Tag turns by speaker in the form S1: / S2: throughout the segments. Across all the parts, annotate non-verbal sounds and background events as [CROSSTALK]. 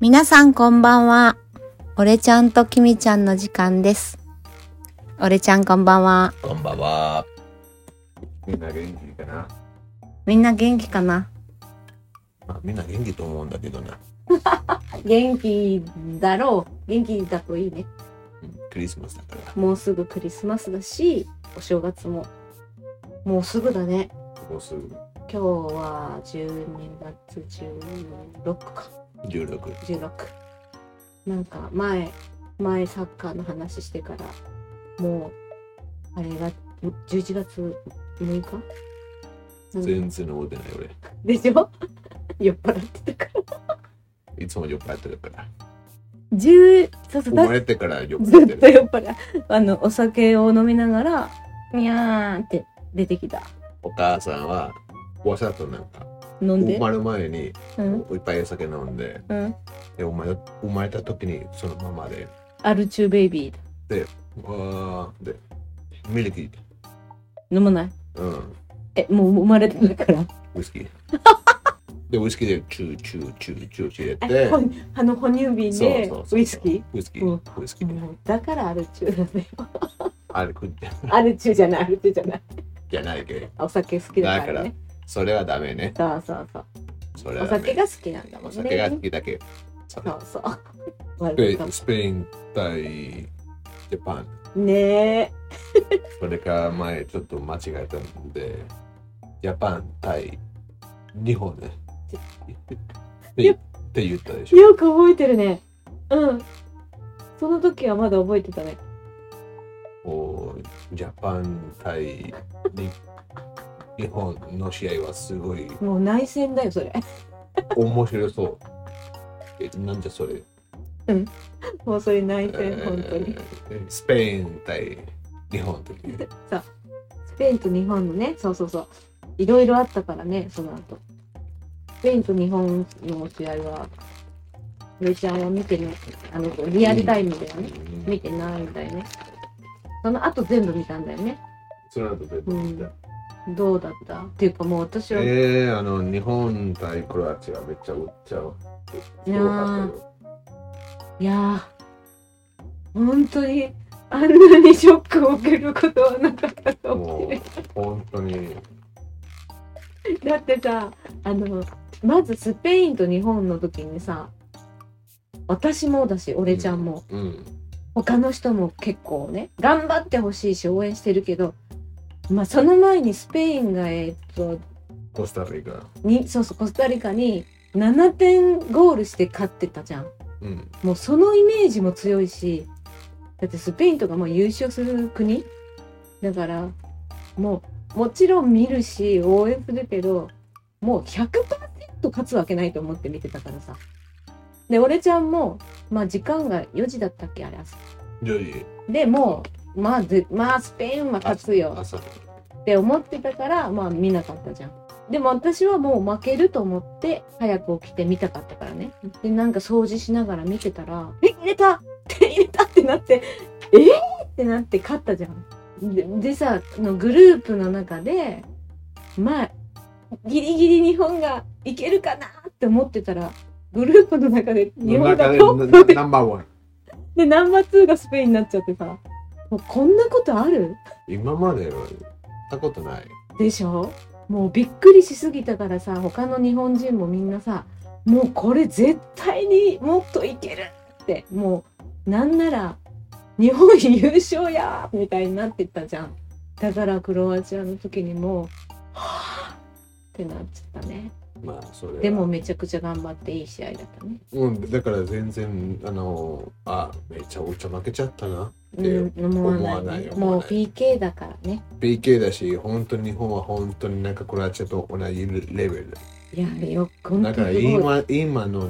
S1: 皆さんこんばんは。俺ちゃんときみちゃんの時間です。俺ちゃんこんばんは。
S2: こんばんは。
S3: みんな元気かな。
S1: みんな元気かな
S2: まあ、みんな元気と思うんだけどな。
S1: 元気だろう。元気だといいね。
S2: うんクリスマスだから。
S1: もうすぐクリスマスだし、お正月も。もうすぐだね。
S3: もうすぐ。
S1: 今日は12月16か。
S2: 16。
S1: 16。なんか前、前サッカーの話してから、もう、あれが、11月6日なんか
S2: 全然覚えてない
S1: でしょ [LAUGHS] 酔っ払ってたから。
S2: 俺。いつも酔っ払ってるから。
S1: 10そうそう
S2: 生ま
S1: だ
S2: れてから酔っ払
S1: ず
S2: っ
S1: っと [LAUGHS]
S2: てる。
S1: 酔っ払うあのお酒を飲みながらにゃーんって出てきた
S2: お母さんは、わざとなんか、
S1: 飲ん
S2: 生
S1: で
S2: まれる前に、
S1: うん
S2: いっぱいお酒飲んで、
S1: うん
S2: で生まれ生まれた時にそのままで、
S1: アルチューベイビーだ
S2: わーで、ミルキー、
S1: 飲まない
S2: うん、
S1: えもう生まれてるから
S2: ウイスキ
S1: [LAUGHS]
S2: ー。で、ウイスキーでチューチューチューチューチュー入
S1: え
S2: れ
S1: ほ
S2: て、
S1: んあの哺乳瓶でウイスキ
S2: ウイスキ
S1: う
S2: ー
S1: ん、
S2: ウイスキ
S1: ー
S2: ー。
S1: もうだからアルチューだね [LAUGHS]
S2: あれ食って
S1: アルチューじゃないアルチューじゃない
S2: じゃないけど、
S1: お酒好きだからね
S2: それはダメね。
S1: そうそうそう
S2: それ
S1: お
S2: はダメ
S1: 酒。が好きなんだも
S2: お
S1: ん
S2: 酒が好
S1: ね
S2: きだけ。そ
S1: そうそう悪
S2: で
S1: かっ
S2: スペイン対ジャパン。
S1: たねえ
S2: それから前ちょっと間違えたんで、ジャパン対日本ね。ってって言ったでしょ。
S1: よく覚えてるねうんその時はまだ覚えてたね
S2: もうジャパン対日日本の試合はすごい
S1: もう内戦だよそれ [LAUGHS]
S2: 面白そう。えなんじゃそれ、
S1: もうそれ内戦、
S2: えー
S1: 本当に
S2: スペイン対日本という。
S1: スペインと日本のねそうそうそういろいろあったからねその後スペインと日本の試合はルちゃんは見てないあのリアルタイムではね、
S2: うん
S1: 見てないみたいねその後全部見たんだよね
S2: それだと全
S1: う
S2: 部見た
S1: んどうだったっていうかもう私は、
S2: ええあの日本対クロアチアめっちゃ打っちゃう。
S1: いや
S2: すごか
S1: ー
S2: ったよ
S1: いやー本当にあんなにショックを受けることはなかったと思って
S2: も
S1: る
S2: う本当に
S1: だってさあのまずスペインと日本の時にさ私もだし俺ちゃんも、
S2: うん
S1: 他の人も結構ね頑張ってほしいし応援してるけどまあその前にスペインがえーっと
S2: コスタリカ
S1: にそうそうコスタリカに7点ゴールして勝ってたじゃん
S2: うん
S1: もうそのイメージも強いしだってスペインとかもう優勝する国だからもうもちろん見るし応援するけどもう100%勝つわけないと思って見てたからさで俺ちゃんもまあ時間が4時だったっけあれ朝
S2: ジョージ
S1: でもうまあぜまあスペインは勝つよ
S2: 朝
S1: って思ってたからまあ見なかったじゃんでも私はもう負けると思って早く起きて見たかったからねでなんか掃除しながら見てたら「え入れた!」 [LAUGHS] って入れたってなって「えー!」ってなって勝ったじゃんででさあのグループの中でまあギリギリ日本がいけるかなって思ってたらグループの中で日本がトップで
S2: ナンバーワン
S1: でナンバー2がスペインになっちゃってさもうこんなことある
S2: 今まではやったことない
S1: でしょもうびっくりしすぎたからさ他の日本人もみんなさもうこれ絶対にもっといけるってもうなんなら日本優勝やみたいになってったじゃんだからクロアチアの時にもうはぁってなっちゃったね
S2: まあそれは
S1: でもめちゃくちゃ頑張っていい試合だったね
S2: うんだから全然あのあめっちゃお茶負けちゃったな
S1: うん思
S2: 思
S1: わ
S2: わ
S1: な
S2: ないい
S1: ね
S2: よ
S1: もう PK だからね
S2: PK だし本当に日本は本当になんかクロアチアと同じレベルだ
S1: いやよく本
S2: だ
S1: 当
S2: から
S1: にすごい
S2: 今今の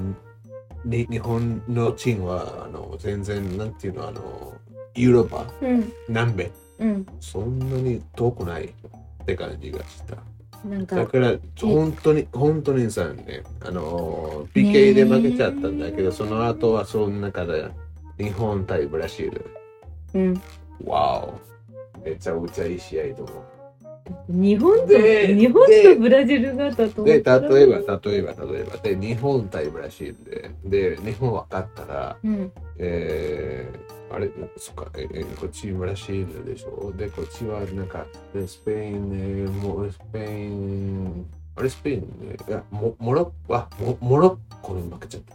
S2: に日本のチームはあの全然なんていうのあのヨーロッパ
S1: うん
S2: 南米
S1: うん
S2: そんなに遠くないって感じがした
S1: なんか
S2: だから本当に本当にさねあの PK で負けちゃったんだけどその後はその中で日本対ブラジル
S1: うん
S2: わおめっちゃうちゃいい試合と思う
S1: 日本と
S2: で
S1: 日本
S2: で
S1: とブラジルがだと思
S2: で例え
S1: ったら
S2: ば例えば例えばで日本対ブラジルでで日本分かったら
S1: うん
S2: えー、あれそっか、えーこっちブラジルでしょでこっちはなんかでスペイン、えーもうスペインあれスペイン、ね、いやモモロッコあモモロッコに負けちゃった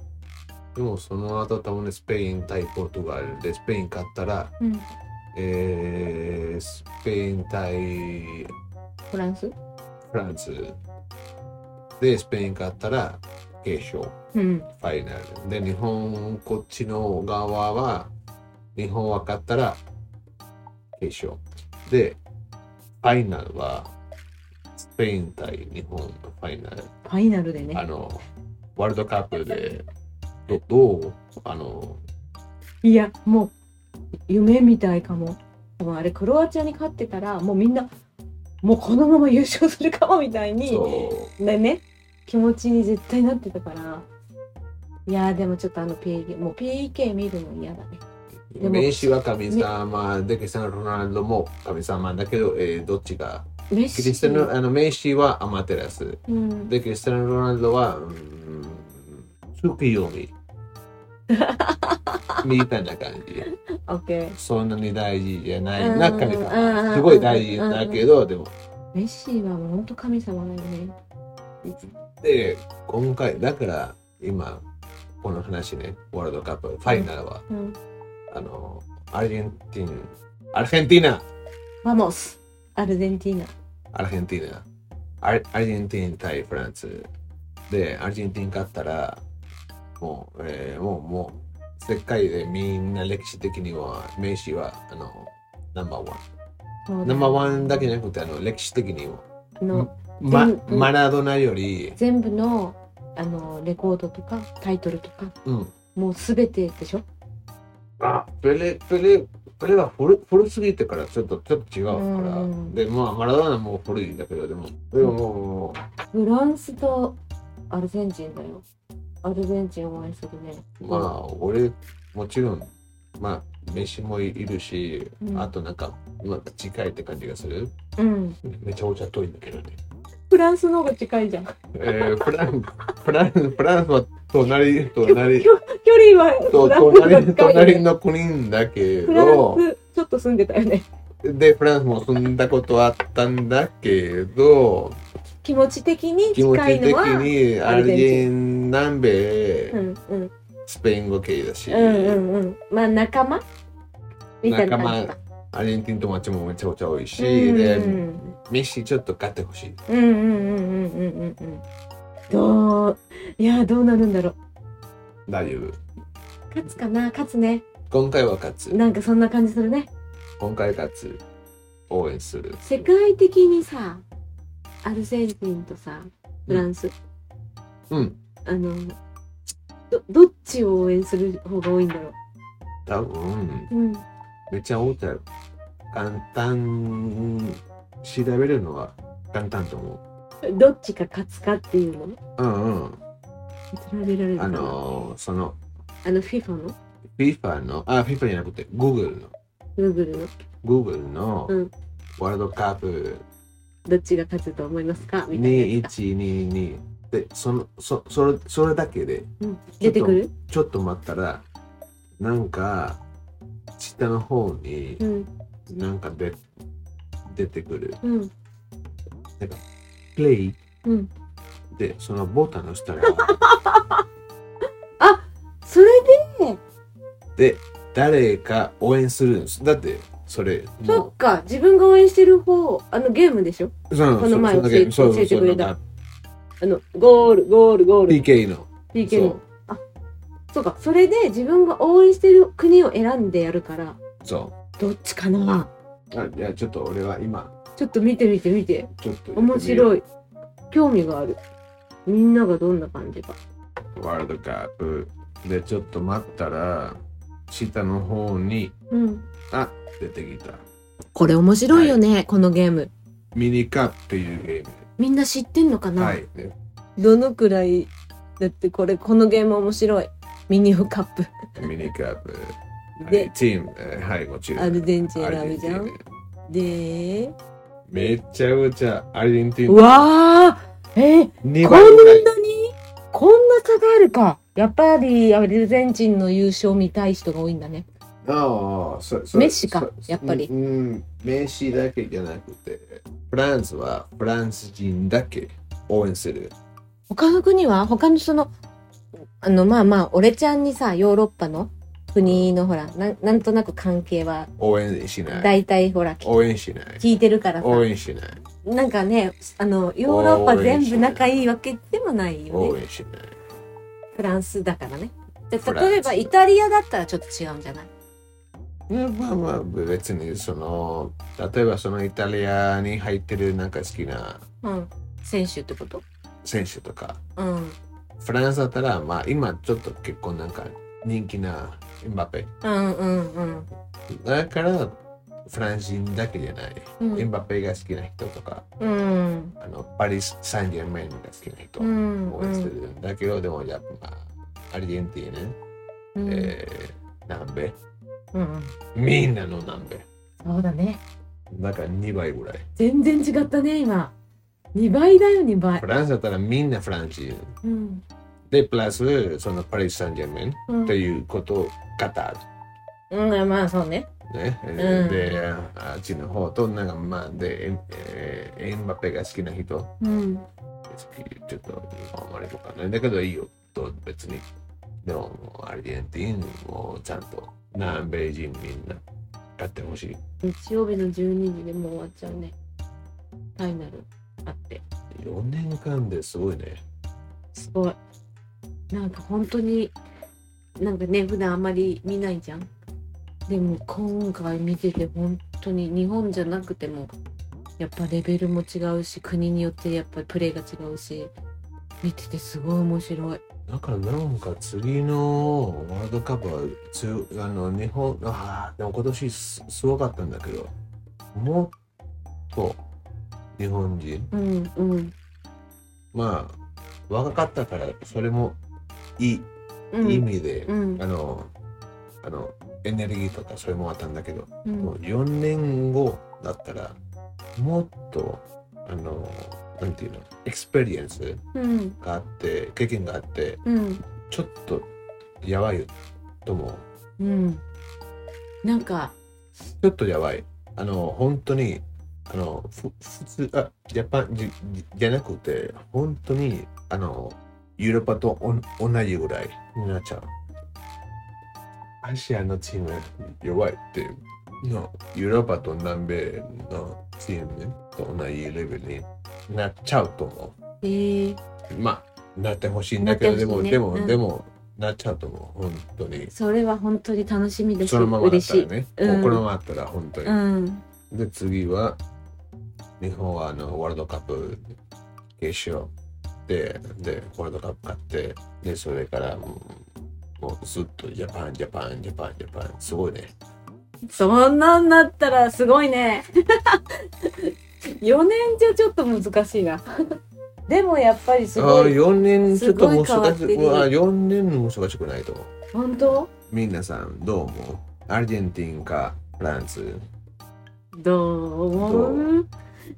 S2: でもその後多分ねスペイン対ポルトガルでスペイン勝ったら、
S1: うん
S2: えー、スペイン対
S1: フランス
S2: フランスでスペイン勝ったら決勝
S1: うん
S2: ファイナル。で、日本、こっちの側は、日本分かったら、決勝。で、ファイナルは、スペイン対日本のファイナル。
S1: ファイナルで
S2: あ
S1: ね
S2: の、ワールドカップで、どどう、あの、
S1: いやもう夢みたいかもでもあれクロアチアに勝ってたらもうみんなもうこのまま優勝するかもみたいに
S2: そ
S1: でね気持ちに絶対なってたからいやーでもちょっとあの PK もう PK 見るの嫌だねで
S2: う、
S1: も
S2: メッシは神様、で、クリスティアーノ・ロナウドも神様だけど、えーどっちが
S1: メッ
S2: ク
S1: シ
S2: リスティアーノあのメッシはアマテラス。
S1: うん、
S2: で、クリスティアーノ・ロナウドは、うー
S1: [LAUGHS]
S2: ん、月曜日。みたいな感じ。
S1: オッケー
S2: そんなに大事じゃな
S1: う
S2: い
S1: ん
S2: 中で
S1: うん
S2: すごい大事だけど、でも、
S1: メッシはもう本当神様だよね
S2: で、今回、だから、今、この話ね、ワールドカップ、ファイナルは、
S1: うん
S2: あの、アルゼンティン、アルゼンティナ
S1: マモスアルゼンティーナ
S2: アルゼンティナアルアルゼンティン対フランスでアルゼンティン勝ったらもう、えーもうもう世界でみんな歴史的にはメッシはあのナンバーワンナンバーワンだけじゃなくてあの歴史的にも、
S1: あの
S2: ま
S1: 全、部
S2: マラドーナより、
S1: 全部のあのレコードとかタイトルとか
S2: うん、
S1: もう全てでしょ
S2: あペレペレペレは古古すぎてからちょっとちょっと違うから、
S1: うん
S2: でまあマラドーナも古いんだけどでもでもも
S1: フランスとアルゼンチンだよアルゼンチン応援するね
S2: うまあ俺もちろんまあメッシもいるし
S1: うん
S2: あとなんか、まあ、近いって感じがする。
S1: うん
S2: めちゃくちゃ遠いんだけどね。
S1: フランスの方が近いじゃん
S2: え [LAUGHS] ー、フラン、フラン、フランスは隣、隣、
S1: 距離は
S2: と
S1: フランスが近いよね
S2: [LAUGHS] 隣、隣の国だけ
S1: フラン
S2: ど、
S1: スちょっと住んでたよね
S2: で、フランスも住んだことあったんだけど、
S1: 気持ち的に
S2: 気持
S1: 近
S2: ち
S1: い
S2: 的
S1: のは
S2: にアルゼン、南
S1: う
S2: 米、
S1: んうん
S2: スペイン語系だし、
S1: うんうんうんまあ仲間みたいな
S2: 仲
S1: 感じ
S2: 間
S1: か、
S2: アルゼンチン友達もめちゃくちゃ多いし、
S1: うん
S2: で、メッシちょっと勝ってほしい。
S1: うんうんうんうんうんうんうんどういやどうなるんだろう
S2: 大丈夫。
S1: 勝つかな勝つね
S2: 今回は勝つ。
S1: なんかそんな感じするね
S2: 今回勝つ。応援する。
S1: 世界的にさアルゼンチンとさフランス、
S2: うん。
S1: あのどどっちを応援する方が多いんだろ
S2: 多分、
S1: う、うん、
S2: めっちゃ多いだよ。簡単、調べるのは簡単と思
S1: どっちが勝つかっていうの
S2: う。うんうん。
S1: 比べられるか
S2: あ
S1: な
S2: のー、その、
S1: あの FIFA の
S2: FIFA の、あ、FIFA じゃなくて、Google の、
S1: Google の
S2: Google の
S1: うん
S2: ワールドカップ
S1: どっちが勝つと思いますかみたいなやつ
S2: 2122で、その、そ、それ、それだけで、
S1: うん出てくる
S2: ちょっと待ったら、なんか、下の方に
S1: うん
S2: なんかで、出てくる、
S1: うん
S2: プレイ
S1: うん
S2: で、そのボタンを押したら、
S1: [LAUGHS] それ
S2: で、誰か応援するんです。だって、それ、
S1: でそ
S2: も
S1: っか自分が応援してる方あのゲームでしょ
S2: う、その
S1: この前
S2: そそ
S1: 教え
S2: そそうそう
S1: 教えてくれた
S2: なんか
S1: あのゴールゴールゴール
S2: PK の。
S1: PK
S2: そ
S1: の
S2: う
S1: そうかそれで自分が応援してる国を選んでやるから
S2: そ
S1: どっちかな
S2: う。あいや、ちょっと俺は今、
S1: ちょっと見て見て見て
S2: ちょっと。
S1: 面白
S2: い。
S1: い興味があるみんながどんな感じか
S2: ワールドカップ。で、ちょっと待ったら、下の方に、
S1: うん
S2: あ、出てきた。
S1: これ面白いよね、このゲーム
S2: ミニカっていうゲー
S1: みんな知ってんのか
S2: ム。
S1: な、
S2: はい。で
S1: どのくらいだってこれこのゲーム面白いミニオカップ
S2: ミニカップ。は
S1: で
S2: いチーム、えーはい、もちろん。
S1: アルゼンチン
S2: アル
S1: 選
S2: ゼ
S1: ぶ
S2: ンチ
S1: じ
S2: ン
S1: ゃんで
S2: めちゃくちゃアルゼンチン
S1: うわーえー、
S2: 2
S1: こ
S2: 倍ぐらい
S1: んなにこんな差があるかやっぱりアルゼンチンの優勝見たい人が多いんだね
S2: ああ、そそ
S1: メッシか
S2: そ
S1: やっぱり
S2: うん、うんメッシだけじゃなくて、フランスはフランス人だけ応援する。
S1: 他の国は他のそのあのまあまあ俺ちゃんにさヨーロッパの国のほらなんなんとなく関係は
S2: 応援しない。
S1: 大体ほらき
S2: 応援しない。
S1: 聞いてるからさ
S2: 応援しない。
S1: なんかねあのヨーロッパ全部仲いいわけでもないよ
S2: 応
S1: ね
S2: 援しない。
S1: フランスだからねで
S2: フランス
S1: 例えばイタリアだったらちょっと違うんじゃない
S2: うんまあまあ、別にその、例えばそのイタリアに入ってるなんか好きな
S1: うん選手ってこと
S2: 選手とか、
S1: うん
S2: フランスだったら、まあ今ちょっと結構なんか人気なエンバペ。
S1: うんうんうん
S2: だから、フランス人だけじゃない。
S1: うん
S2: エンバペが好きな人とか、
S1: うん
S2: あのパリ・サンジェルマインが好きな人
S1: う
S2: を
S1: ん
S2: 応援してるんだけど、でもやっぱアルゼンティーナ、
S1: うん
S2: えー南米
S1: うん
S2: みんなの南米
S1: そうだね
S2: だから2倍ぐらい
S1: 全然違ったね今2倍だよ2倍
S2: フランスだったらみんなフランス人
S1: うん
S2: でプラスそのパリ・サンジェルマイン
S1: うん
S2: ということカタ
S1: うんまあそうね
S2: ールね、えー
S1: うん
S2: であっちの方となんかまあでエン,、えーエンバペが好きな人好
S1: うん
S2: きちょっとあんまりわかんないだけどいいよと別にでもアルゼンティーナもちゃんと南米人みんなやってほしい
S1: 日曜日の12時でもう終わっちゃうねファイナルあって
S2: 4年間ですごいね
S1: すごいなんか本当になんかね普段あんまり見ないじゃんでも今回見てて本当に日本じゃなくてもやっぱレベルも違うし国によってやっぱりプレーが違うし見ててすごい面白い
S2: だからなんか次のワールドカップはつあの日本あーでも今年すすごかったんだけどもっと日本人
S1: うんうん
S2: まあ若かったからそれもいい
S1: うん
S2: 意味で、
S1: うん
S2: あのあのエネルギーとかそれもあったんだけど
S1: う
S2: もうん4年後だったらもっとあのなんていうのエクスペリエンス
S1: うん
S2: があって経験があって
S1: うん
S2: ちょっとやばいと思
S1: う
S2: う
S1: んなんか
S2: ちょっとやばいあの本当にあのふ普通あジャパンじじじゃなくて本当にあのヨーロッパとお同じぐらいになっちゃうアジアのチーム弱いってのヨーロッパと南米のチームと同じレベルになっちゃうと思
S1: えー、
S2: うまあなってほしいんだけど、
S1: なって
S2: で
S1: ほし
S2: も、
S1: いねう
S2: でも、
S1: ん
S2: でもなっちゃうと思う本当に
S1: それは本当に楽しみです
S2: そのままだっ
S1: 嬉
S2: た
S1: し
S2: ら
S1: い
S2: ね、
S1: うん
S2: もうこのままだったら本当に、
S1: うん
S2: で、次は、日本はあのワールドカップ決勝で、で、ワールドカップ勝って、で、それからもう、もうずっとジャパン、ジャパン、ジャパン、ジャパン、すごいね。
S1: そんなんなったらすごいね。4年じゃちょっと難しいな。 [LAUGHS] でもやっぱりす
S2: ああ
S1: ご
S2: ー、
S1: い。
S2: 4年ちょっと
S1: すごい
S2: 難し
S1: 変わって
S2: く、
S1: る
S2: まあ、4年難しくないと思う。
S1: 本当
S2: みなさん、どう思うアルゼンティンかフランス。
S1: どう思う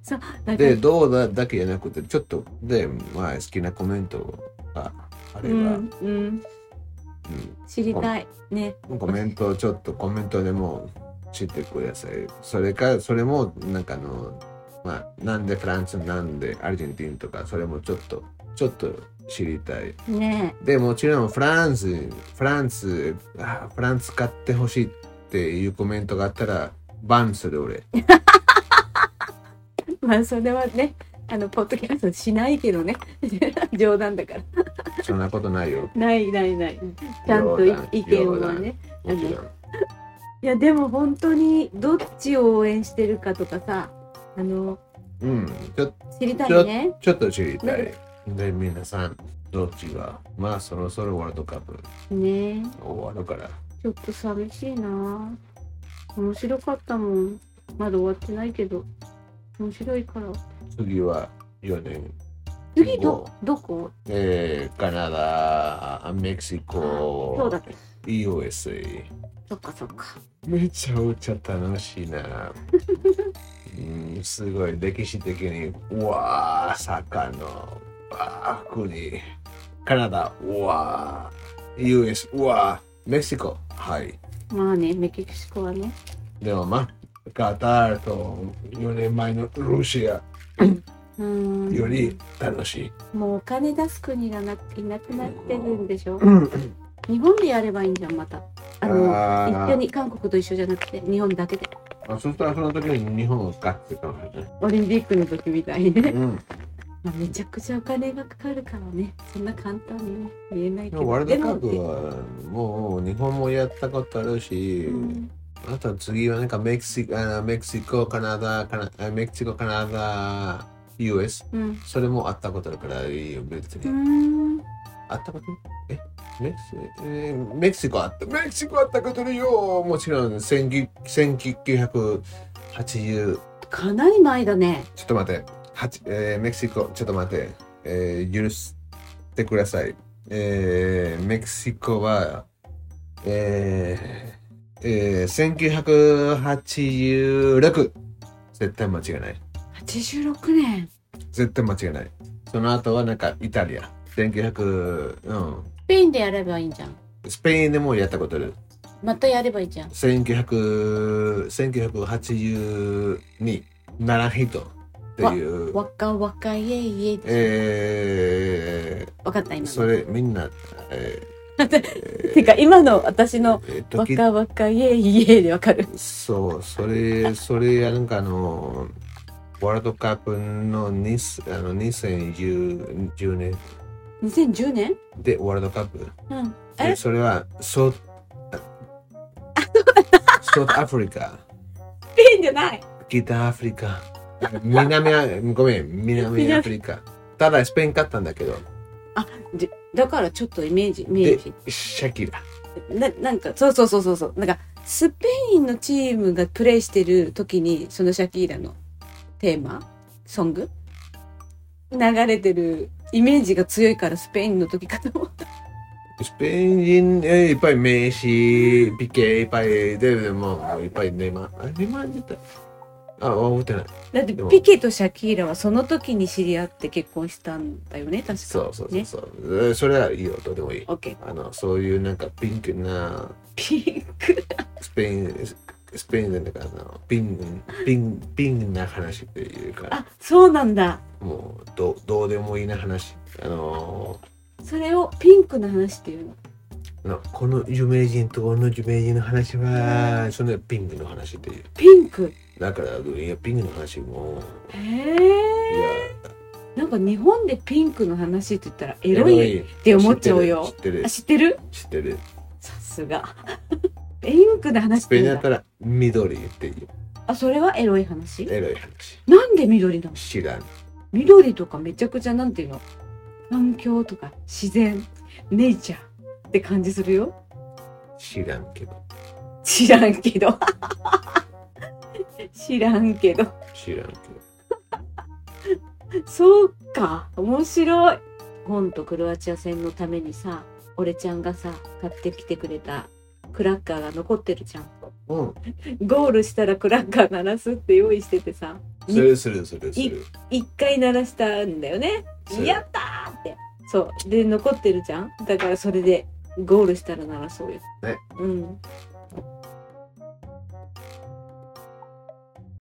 S1: そう、だから
S2: で、どうだだけじゃなくて、ちょっと、で、まあ、好きなコメントがあれ
S1: う
S2: ば、
S1: ん、うん、
S2: うん
S1: 知りたい。ね。
S2: コメントちょっとコメントでも知ってください。それかそれもなんかあのまあなんでフランスなんでアルゼンティンとかそれもちょっとちょっと知りたい。
S1: ね
S2: でもちろんフランスフランスあフランス買ってほしいっていうコメントがあったらバンする俺。
S1: まあそれはね、あの、ポッドキャストしないけどね。 [LAUGHS] 冗談だから。
S2: そんなことないよ。
S1: ないないない。ちゃんとい
S2: 冗談
S1: 意見はね。
S2: 冗談もちろん。
S1: いや、でも本当にどっちを応援してるかとかさ、あの、
S2: うんちょ
S1: 知りたいね。
S2: ちょっと知りたい
S1: ね。
S2: で皆さんどっちがまあそろそろワールドカップ
S1: ね
S2: 終わるから。
S1: ちょっと寂しいな面白かったもんまだ終わってないけど面白いから
S2: 次は4年。
S1: 次ど
S2: も
S1: どこ
S2: えーカナダ、メキシ
S1: そう
S2: コ
S1: だっけ
S2: USA。
S1: そっかそっか
S2: めちゃくちゃ楽しいな。うんすごい歴史的にうわあサッカーのうわあ国カナダうわあ US うわあメキシコはい
S1: まあね、メキシコはね。
S2: でもまあカタールと4年前のロシア
S1: うん。
S2: より楽しい、
S1: もうお金出す国がないなくなってるんでしょ
S2: うん、
S1: 日本でやればいいんじゃん、また。あの、
S2: あー
S1: 一緒に韓国と一緒じゃなくて、日本だけで。
S2: あそしたらその時に日本を使ってたかもしれない
S1: オリンピックの時みたいにね。
S2: うん
S1: [LAUGHS] まあ、めちゃくちゃお金がかかるからね。そんな簡単にね言えないけ
S2: で
S1: ど。
S2: もワールドカッ
S1: で
S2: プ
S1: も
S2: はもう日本もやったことあるし、
S1: うん
S2: あと次はなんかメキシあメキシコ、カナダ、カナあメキシコ、カナダ、US、
S1: うん。
S2: それもあったことだからいいよ、別
S1: う
S2: に。
S1: ん。
S2: あったことえメキシ、えーメキシコあった。メキシコあったことるよもちろん、1900 1980、
S1: かなり前だね。
S2: ちょっと待って、はちえーメキシコ、ちょっと待って、えー許してください。えーメキシコは、えーえー1986。絶対間違いない。
S1: 86年。
S2: 絶対間違いない。その後はなんかイタリア。1900、う
S1: スペインでやればいいんじゃん。
S2: ん。スペインでもやったことある。
S1: またやればいいじゃん。
S2: 1900 1982、ナランヒトっていう。
S1: 若若いえいえ。
S2: えー、
S1: わかった今の。
S2: それみんな、えー
S1: てか今の私の
S2: えー時
S1: 若若いえいえでわかる。
S2: そうそれそれやなんかあのワールドカップのにあの2010 10年
S1: 2010年
S2: でワールドカップ
S1: うん。あれ
S2: でそれはソーソートアフリカ
S1: スペインじゃない。
S2: 北アフリカ南アごめん南アフリカただスペイン勝ったんだけど
S1: だからちょっとイメージ、イメー
S2: で
S1: ジ。
S2: シャキラ
S1: ななんか、そうそうそうそうそう。なんか、スペインのチームがプレイしてる時に、そのシャキーラのテーマ、ソング流れてるイメージが強いからスペインの時かと思った。
S2: スペイン人、えーいっぱいメッシ、ピケ、いっぱい、で、でも、もういっぱいネイマー。あれ、ネイマー出たあ、覚えてない。
S1: だって
S2: でも
S1: ピケとシャキーラはその時に知り合って結婚したんだよね、確か
S2: そうそうそう
S1: ね。
S2: そう、えーそれはいいよ、どうでもいい。
S1: オッケー。
S2: あの、そういうなんかピンクな、
S1: ピンク。
S2: スペイン、スペインでなんかあの、ピン、ピン、ピンな話っていうか、
S1: あ、そうなんだ。
S2: もう、どうどうでもいいな話。あの
S1: それをピンクの話っていうの。
S2: ーなこの有名人とこの有名人の話は、そのピンクの話っていう。
S1: ピンク。
S2: だから、いや、ピンクの話も、
S1: へえ。
S2: いや、
S1: なんか日本でピンクの話って言ったらエロいって思っちゃうよ
S2: 知。ってる
S1: あ、知ってる
S2: 知ってる
S1: さすが。 [LAUGHS] ピンクの話
S2: ス
S1: っ
S2: ペイ
S1: て
S2: ン
S1: 言
S2: だ
S1: うん
S2: っ
S1: だ
S2: たら緑っていう
S1: あ、それはエロい話
S2: エロい話
S1: なんで緑なの
S2: 知らん
S1: 緑とかめちゃくちゃなんていうの環境とか自然、ネイチャーって感じするよ。
S2: 知らんけど
S1: 知らんけど。 [LAUGHS] 知らんけど。
S2: 知らんけ
S1: そうか。面白い。日本とクロアチア戦のためにさ、俺ちゃんがさ、買ってきてくれたクラッカーが残ってるじゃん。
S2: どうん
S1: ゴールしたらクラッカー鳴らすって用意しててさ、
S2: するするするする
S1: 一回鳴らしたんだよね。
S2: する
S1: やったーって。そう。で、残ってるじゃん。だからそれでゴールしたら鳴らそうよ。
S2: ね。
S1: うん。